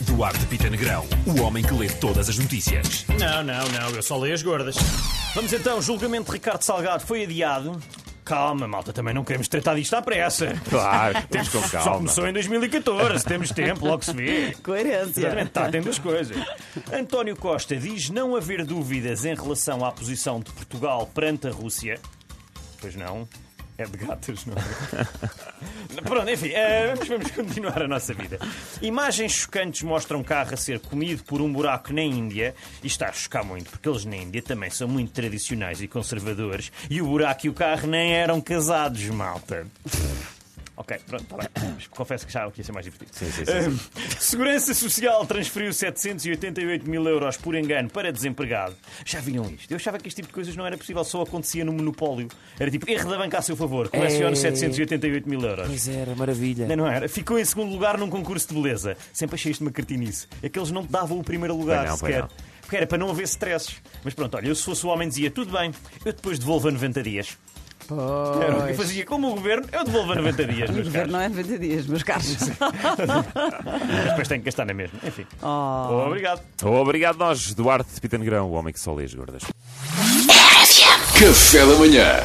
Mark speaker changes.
Speaker 1: Eduardo Pita Negrão, o homem que lê todas as notícias.
Speaker 2: Não, não, não, eu só leio as gordas. Vamos então, julgamento de Ricardo Salgado foi adiado. Calma, malta, também não queremos tratar disto à pressa.
Speaker 3: Claro, temos com
Speaker 2: Só
Speaker 3: calma.
Speaker 2: começou em 2014, temos tempo, logo se vê.
Speaker 4: Coerência.
Speaker 2: Exatamente, está atento às coisas. António Costa diz não haver dúvidas em relação à posição de Portugal perante a Rússia. Pois não. É de gatas, não é? Pronto, enfim, eh, vamos, vamos continuar a nossa vida. Imagens chocantes mostram um carro a ser comido por um buraco na Índia. E está a chocar muito, porque eles na Índia também são muito tradicionais e conservadores. E o buraco e o carro nem eram casados, malta. Ok, pronto, tá bem. Mas Confesso que já o que ia ser mais divertido. Ah, Segurança Social transferiu 788 mil euros por engano para desempregado. Já viram isto? Eu achava que este tipo de coisas não era possível, só acontecia no monopólio. Era tipo, erro da banca a seu favor, colecione
Speaker 4: Ei.
Speaker 2: 788 mil euros.
Speaker 4: Pois era, maravilha.
Speaker 2: Não, não era. Ficou em segundo lugar num concurso de beleza. Sempre achei isto uma cartinice. É que eles não te davam o primeiro lugar
Speaker 3: Pois não, pois
Speaker 2: sequer.
Speaker 3: não.
Speaker 2: Porque era para não haver stresses. Mas pronto, olha, eu se fosse o homem dizia tudo bem, eu depois devolvo a 90 dias. Era o que eu fazia. Como o governo, eu devolvo a 90 dias.
Speaker 4: O
Speaker 2: meus caros.
Speaker 4: governo não é 90 dias, meus caros.
Speaker 2: Mas depois tenho que gastar na mesma. Enfim.
Speaker 4: Oh.
Speaker 2: Obrigado.
Speaker 3: Obrigado nós, Duarte Pita Negrão, o homem que só lê as gordas.
Speaker 5: Café da Manhã